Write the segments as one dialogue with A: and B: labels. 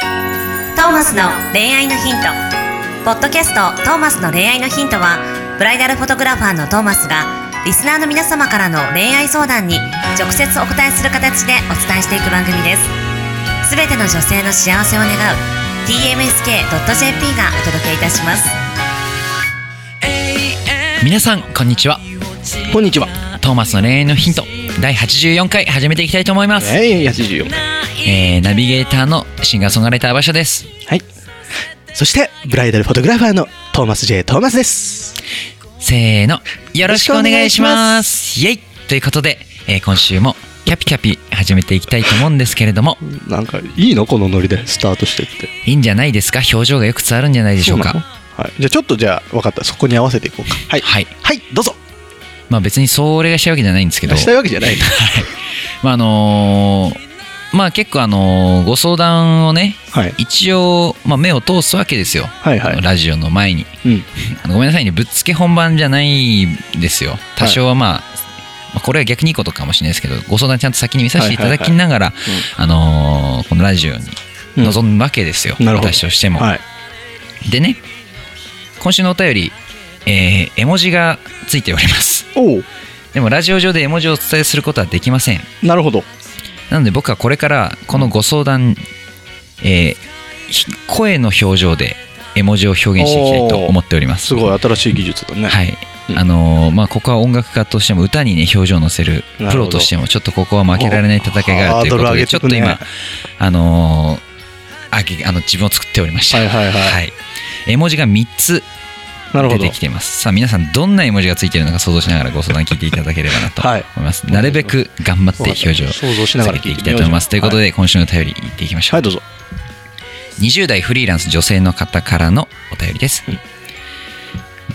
A: トーマスの恋愛のヒント」ポッドキャスト「トーマスの恋愛のヒントは」ブライダルフォトグラファーのトーマスがリスナーの皆様からの恋愛相談に直接お答えする形でお伝えしていく番組ですすべての女性の幸せを願う tmsk.jp がお届けいたします
B: 皆さんこんにちは
C: こんにちは。
B: トーマスの恋愛のヒント第84回始めていきたいと思います、え
C: えい、八十四。
B: ーナビゲーターのシンガーソングライター馬車です
C: はい。そして、ブライダルフォトグラファーのトーマス J. トーマスです。
B: せーのよろしくお願いしますイエイということで、えー今週もキャピキャピ始めていきたいと思うんですけれども
C: なんかいいのこのノリでスタートしてって。
B: いいんじゃないですか表情がよく伝わるんじゃないでしょうか
C: そうなの。はい。じゃあちょっとじゃあ分かった。そこに合わせていこうか。はい。
B: はい
C: はい。どうぞ。
B: まあ別にそれがしたいわけじゃないんですけど
C: したいわけじゃない。
B: まああのーまあ結構あのーご相談をね
C: はい。
B: 一応、まあ、目を通すわけですよ、
C: はいはい
B: ラジオの前に
C: うん。
B: あのごめんなさいねぶっつけ本番じゃないですよ多少はまあ、まあこれは逆にいいことかもしれないですけどご相談ちゃんと先に見させていただきながら、あのーこのラジオに臨むわけですよ、
C: うんなるほど
B: 私としても、
C: はい。
B: でね今週のお便り、えー絵文字がついております
C: おお。
B: でもラジオ上で絵文字をお伝えすることはできません
C: なるほど。
B: なので僕はこれからこのご相談、えーひ声の表情で絵文字を表現していきたいと思っております。
C: すごい新しい技術だね。。
B: はいい
C: うん
B: あのーまあ、ここは音楽家としても歌に、ね、表情を乗せる
C: なるほど
B: プロとしてもちょっとここは負けられない戦いがあるということで、ちょっと
C: ハードル上げて
B: 今
C: く、
B: あのーあげあの自分を作っておりました、
C: はいはいはい
B: 絵文字が3つ
C: なるほ
B: 出
C: ど
B: て。きていますさあ皆さんどんな絵文字がついているのか想像しながらご相談聞いていただければなと
C: はい
B: 思います、なるべく頑張って表情を
C: 想像しなが
B: 下げ
C: ら
B: て
C: 聞
B: いき
C: いてみ
B: たい
C: よう
B: と思います。ということ
C: は
B: で、今週の頼りいっていきましょう
C: はい。どうぞ。
B: 20代フリーランス女性の方からのお便りです
C: うん。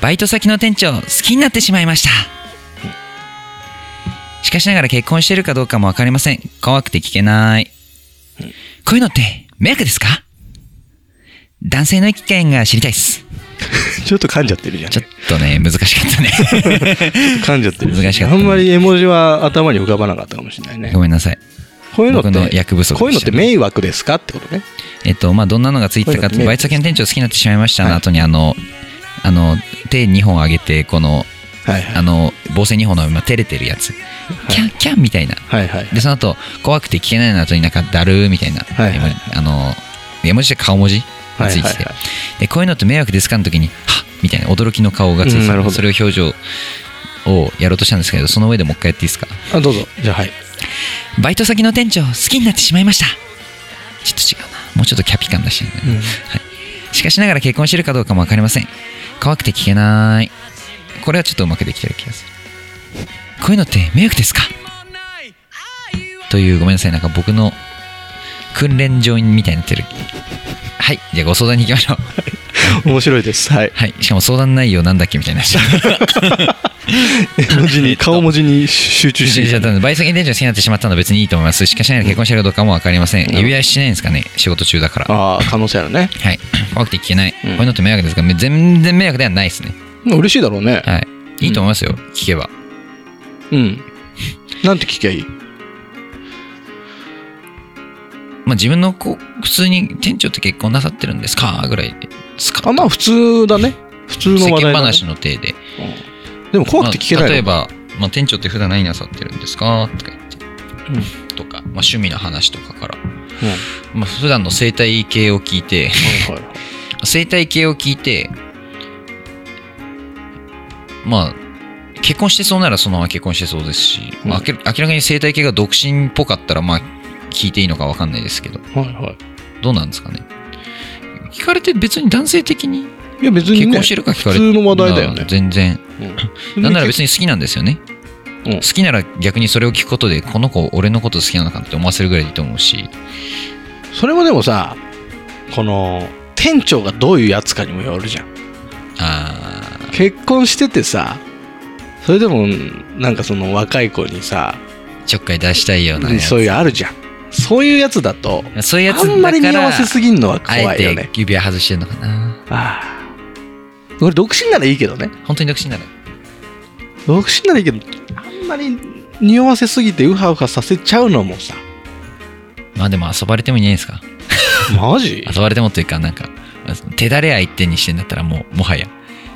B: バイト先の店長、好きになってしまいました。しかしながら結婚してるかどうかもわかりません。怖くて聞けない。こういうのって迷惑ですか男性の意見が知りたいです。
C: ちょっと噛んじゃってるじゃん。
B: ちょっとね、難しか ったね。
C: 噛んじゃってる。
B: 難しかった
C: あんまり絵文字は頭に浮かばなかったかもしれないね
B: ご。めんなさい。
C: こういうのって、
B: 僕の役不足でしたね
C: こういうのって迷惑ですかってことね。
B: えっとまあ、どんなのがついてたかと
C: こういうの
B: バ
C: って
B: イト先の店長好きになってしまいましたの
C: はい
B: 後にあの、あの手2本上げてこの
C: はいは
B: あ
C: い。
B: の防線2本のまま照れてるやつキャンキャンみたいな
C: はいはい。
B: でその後怖くて聞けないの後になんかだるーみたいな、
C: はいはい
B: あの絵文字で顔文字がついてて、
C: はいはいは
B: でこういうのって迷惑ですかの時にはっみたいな驚きの顔がつい
C: うん
B: て
C: な
B: て、
C: るほど
B: それを表情をやろうとしたんですけどその上でもう一回やっていいですか
C: あどうぞ。じゃあはい。
B: バイト先の店長好きになってしまいましたちょっと違うなもうちょっとキャピ感出してるね、
C: う
B: は
C: ん
B: い、しかしながら結婚してるかどうかも分かりません怖くて聞けないこれはちょっとうまくできてる気がするこういうのって迷惑ですかというごめんなさいなんか僕の訓練上みたいになってるはいじゃあご相談に行きましょう
C: 面白いです。はい。
B: はいしかも相談内容なんだっけみたいな
C: 絵文 字に、顔文字に集中してる。
B: バイト先店長好きになってしまったのは別にいいと思いますしかしながら結婚してるかどうかも分かりません指輪してないんですかね仕事中だから
C: ああ、可能性あるね。
B: はい。怖くて聞けない。こ
C: う
B: うんいうのって迷惑ですか全然迷惑ではないですね。
C: 嬉しいだろうね。
B: はい。いいと思いますよ。聞けば。
C: うん。なんて聞きゃいい
B: まあ自分のこう、普通に店長と結婚なさってるんですかぐらいですか。
C: あ、まあ普通だね。普通の
B: 世
C: 話題
B: 間
C: だね
B: 話の体で。
C: でも怖くて聞け
B: ま
C: ないの
B: あ例えば、まあ店長って普段何なさってるんですかとか言って。
C: うん
B: とか、まあ趣味の話とかから。まあ普段の生態系を聞いて、
C: うんはいはい
B: 生態系を聞いて、まあ、結婚してそうならそのまま結婚してそうですし、まあ
C: うん
B: 明ら明らかに生態系が独身っぽかったら、まあ、聞いていいのかわかんないですけど、
C: はいはい。
B: どうなんですかね。聞かれて別に男性的に
C: いや別にね。
B: 結婚してるか聞かれて、
C: 普通の話題だよね
B: 全然。
C: うん
B: なんなら別に好きなんですよね。
C: う
B: 好
C: ん
B: きなら逆にそれを聞くことで、この子、俺のこと好きなのかなって思わせるぐらいでいいと思うし、
C: それもでもさ、この、店長がどういうやつかにもよるじゃん。
B: あ
C: 結婚しててさ、それでも、なんかその若い子にさ、
B: ー、ちょっかい出したいようなやつ。
C: そういうあるじゃん。そういうやつだと、
B: そういうやつ
C: あ
B: だから
C: んまり匂わせすぎんのは怖
B: あえ
C: いよ
B: て
C: ね。
B: 指輪外してるのかな
C: ああ。俺、独身ならいいけどね。
B: 本当に独身なら
C: 独身ならいいけど、あんまり匂わせすぎてウハウハさせちゃうのもさ。
B: まあでも遊ばれてもいないですか
C: マジ
B: 遊ばれてもというかなんか手だれ相手にしてんだったらもうもはや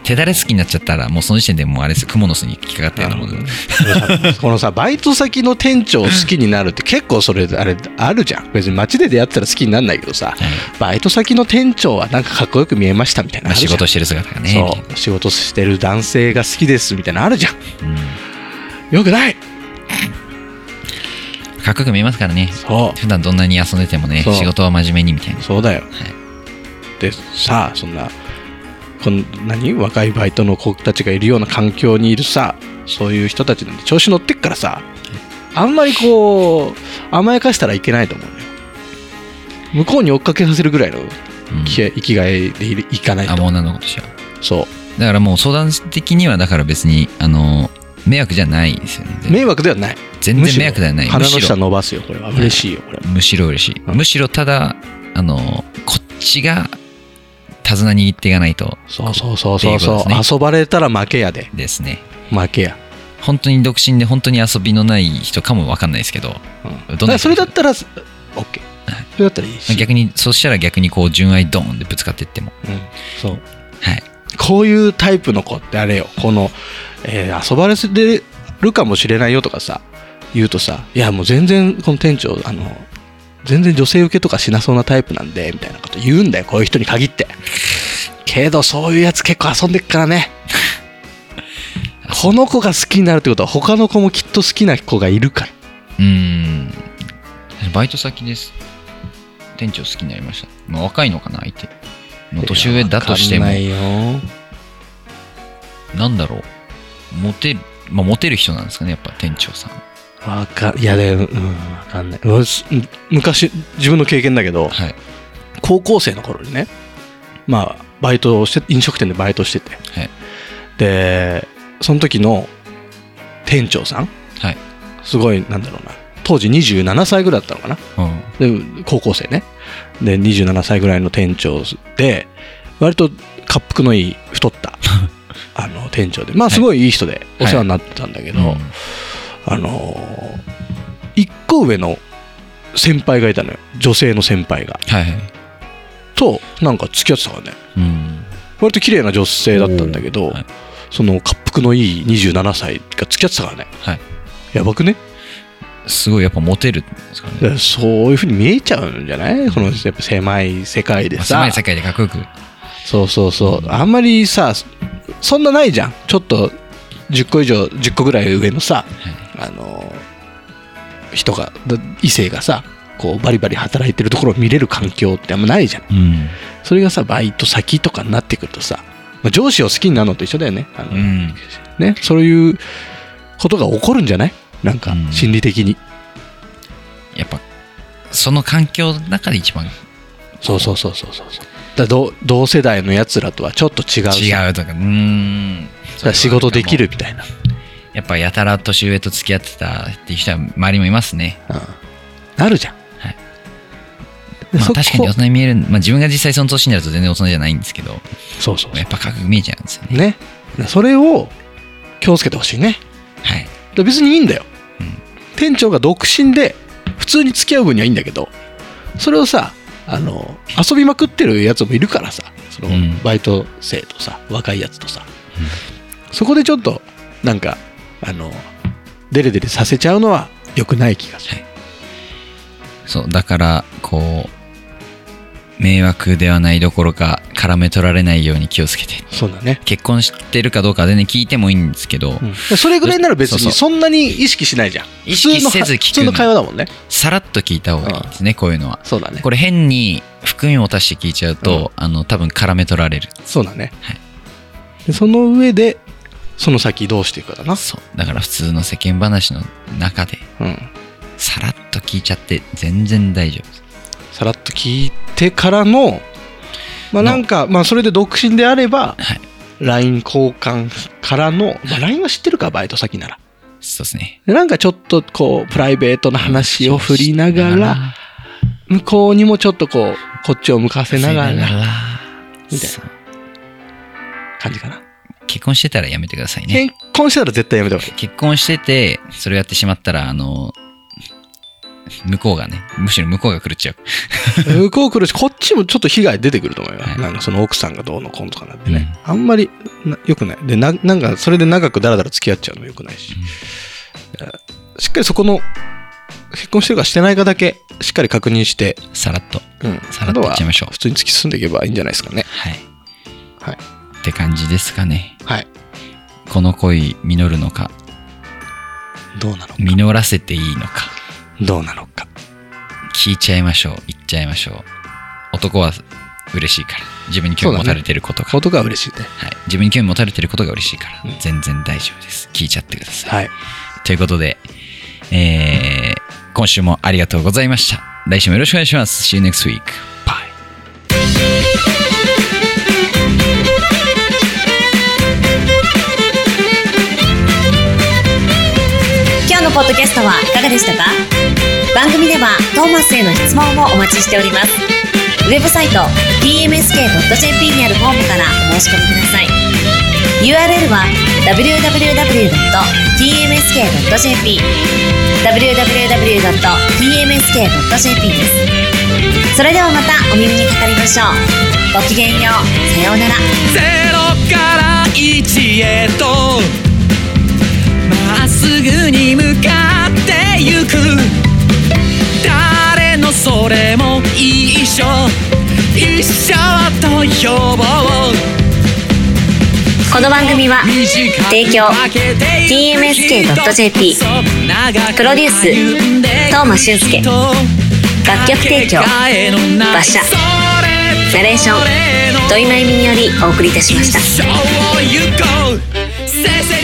B: 手だれ好きになっちゃったらもうその時点でもうあれです蜘蛛の巣に引っかかったようなもんだ
C: うん このさバイト先の店長好きになるって結構それあれあるじゃん別に街で出会ったら好きになんないけどさ
B: はい
C: バイト先の店長はなんかかっこよく見えましたみたいな
B: ま
C: の
B: あ、
C: ある
B: 仕
C: じゃん
B: 事してる姿がねみたい
C: そう仕事してる男性が好きですみたいなのあるじゃん
B: な
C: よくない
B: うんかっこよく見えますからね
C: そ
B: 普段どんなに遊んでてもね
C: そう
B: 仕事は真面目にみたいな
C: うそうだよ
B: はい
C: でさそんなこん何若いバイトの子たちがいるような環境にいるさそういう人たちなんて調子乗ってっからさあんまりこう甘やかしたらいけないと思うね向こうに追っかけさせるぐらいの
B: うん
C: 気合生きがいでいるいかない
B: あ
C: と
B: もう女の子としては
C: そ
B: だからもう相談的にはだから別にあの迷惑じゃないですよね
C: う迷惑ではない
B: 全然迷惑ではないむ
C: 鼻の
B: し
C: 下
B: ろ
C: 伸ばすよこれは嬉しいよこれ
B: むしろ嬉しい
C: うん
B: むしろただあのこっちが手綱握っていかないと
C: そうそうそうそう
B: っていうこ
C: そ
B: と
C: う、
B: です
C: 遊ばれたら負けやで
B: ですね
C: 負けや、
B: 本当に独身で本当に遊びのない人かも分かんないですけど
C: う
B: ど
C: ん、だ
B: ん
C: か
B: な人
C: らそれだったら OK それだったらいいし、
B: 逆にそしたら逆にこう純愛ドーンでぶつかっていっても
C: うん、そう
B: はい
C: こういうタイプの子ってあれよこの、えー遊ばれてるかもしれないよとかさ言うとさいやもう全然この店長あの全然女性受けとかしなそうなタイプなんでみたいなこと言うんだよこういう人に限ってけどそういうやつ結構遊んでっから ねこの子が好きになるってことは他の子もきっと好きな子がいるから
B: うーんバイト先です店長好きになりました、まあ、若いのかな相手の年上だとしても
C: わかんないよ
B: なんだろうモテ,、まあ、モテる人なんですかねやっぱ店長さん
C: わかいやでうんわかんない俺す昔自分の経験だけど
B: はい
C: 高校生の頃にねまあバイトをして飲食店でバイトしてて
B: はい
C: でその時の店長さん
B: はい
C: すごいなんだろうな当時27歳ぐらいだったのかな
B: うん
C: で高校生ねで27歳ぐらいの店長で割と恰幅のいい太った あの店長でまあすごいいい人でお世話になってたんだけど、
B: うん
C: あのー、一個上の先輩がいたのよ女性の先輩が
B: はいはい
C: となんか付き合ってたからね
B: うん
C: 割と綺麗な女性だったんだけど、
B: はい
C: その恰幅のいい27歳が付き合ってたからね
B: はい
C: やばくね
B: すごいやっぱモテるんですかね
C: でそういう風に見えちゃうんじゃないこのやっぱ狭い世界で
B: まあ
C: さ
B: 狭い世界でかっこよく
C: そうそうそうあんまりさそんなないじゃんちょっと10個以上10個ぐらい上のさあの人がだ異性がさこうバリバリ働いてるところを見れる環境ってあんまないじゃん
B: うん
C: それがさバイト先とかになってくるとさ、まあ上司を好きになるのと一緒だよねあの、
B: うん
C: ねそういうことが起こるんじゃないなんか
B: うん
C: 心理的に、
B: やっぱその環境の中で一番
C: そうそうそうそうそうそうだ同同世代のやつらとはちょっと違うさだか
B: 違うとかうーん
C: ら仕事できるみたいな、
B: やっぱやたら年上と付き合ってたっていう人は周りもいますね
C: うん、なるじゃん、
B: はい
C: で
B: まあ
C: そこ
B: 確かに大人に見える、まあ、自分が実際その年になると全然大人じゃないんですけど
C: そうそう
B: やっぱかっこよく見えちゃうんですよね
C: ねそれを気をつけてほしいね
B: はい
C: で別にいいんだよ、
B: うん
C: 店長が独身で普通に付き合う分にはいいんだけどそれをさあの遊びまくってるやつもいるからさその
B: うん
C: バイト生とさ若いやつとさ、そこでちょっとなんかあのデレデレさせちゃうのは良くない気がする、
B: そうだからこう迷惑ではないどころか絡め取られないように気をつけて
C: そうだね、
B: 結婚してるかどうかは全然聞いてもいいんですけど、
C: うんそれぐらいなら別
B: そうそ
C: に
B: う
C: そんなに意識しないじゃん
B: 意識せず聞く
C: 普通の普通の会話だもんね
B: さらっと聞いた方がいいですねこういうのは
C: そうだね
B: これ変に含みを足して聞いちゃうと、あの多分絡め取られる
C: そうだね、
B: はい
C: でその上でその先どうしていくかだな、
B: そうだから普通の世間話の中で
C: うん、
B: さらっと聞いちゃって全然大丈夫です
C: さらっと聞いてからのまあなんか、まあ、それで独身であれば、
B: はい
C: LINE 交換からの、まあ、LINE は知ってるかバイト先なら
B: そうですね
C: でなんかちょっとこうプライベートな話を振りながら
B: 振
C: 向こうにもちょっとこうこっちを向かせ
B: りな
C: なが
B: が
C: ら
B: ら
C: みたいな
B: そう
C: 感じかな
B: 結婚してたらやめてくださいね
C: 結婚したら絶対やめた方がいい
B: 結婚しててそれをやってしまったらあの向こうがね、むしろ向こうが狂っちゃう。
C: 向こう来るし、こっちもちょっと被害出てくると思うよ
B: は。い
C: なんかその奥さんがどうのこうのとかなってね。あんまりな良くない。で、ななんかそれで長くダラダラ付き合っちゃうのも良くないし。しっかりそこの、結婚してるかしてないかだけ、しっかり確認して、
B: さらっと。
C: うん
B: さらっといっちゃいましょう
C: あとは普通に突き進んでいけばいいんじゃないですかね。
B: はい。
C: はい。
B: って感じですかね。
C: はい。
B: この恋実るのか、
C: どうなのか。
B: 実らせていいのか、
C: どうなのか。
B: 聞いちゃいましょう、言っちゃいましょう。男は嬉しいから。自分に興味
C: そ
B: 持
C: うだね
B: たれてることが。
C: ことが嬉しいね。
B: はい。自分に興味持たれてることが嬉しいから
C: うん。
B: 全然大丈夫です。聞いちゃってください。
C: はい。
B: ということで、えー今週もありがとうございました。来週もよろしくお願いします。See you next week. Bye.
A: Podcast 今日のポッドキャストはいかがでしたか番組ではトーマスへの質問もお待ちしておりますウェブサイト tmsk.jp にあるフォームからお申し込みください URL は www.tmsk.jp www.tmsk.jp ですそれではまたお耳にかかりましょうごきげんようさようなら
D: ゼロから一へとまっすぐに向かってゆく誰のそれも一緒一緒と呼ぼう
A: この番組は提供 TMSK.jp プロデュース東間俊介楽曲提供馬車ナレーション土井真由美によりお送りいたしました
D: 一生を行こうせせ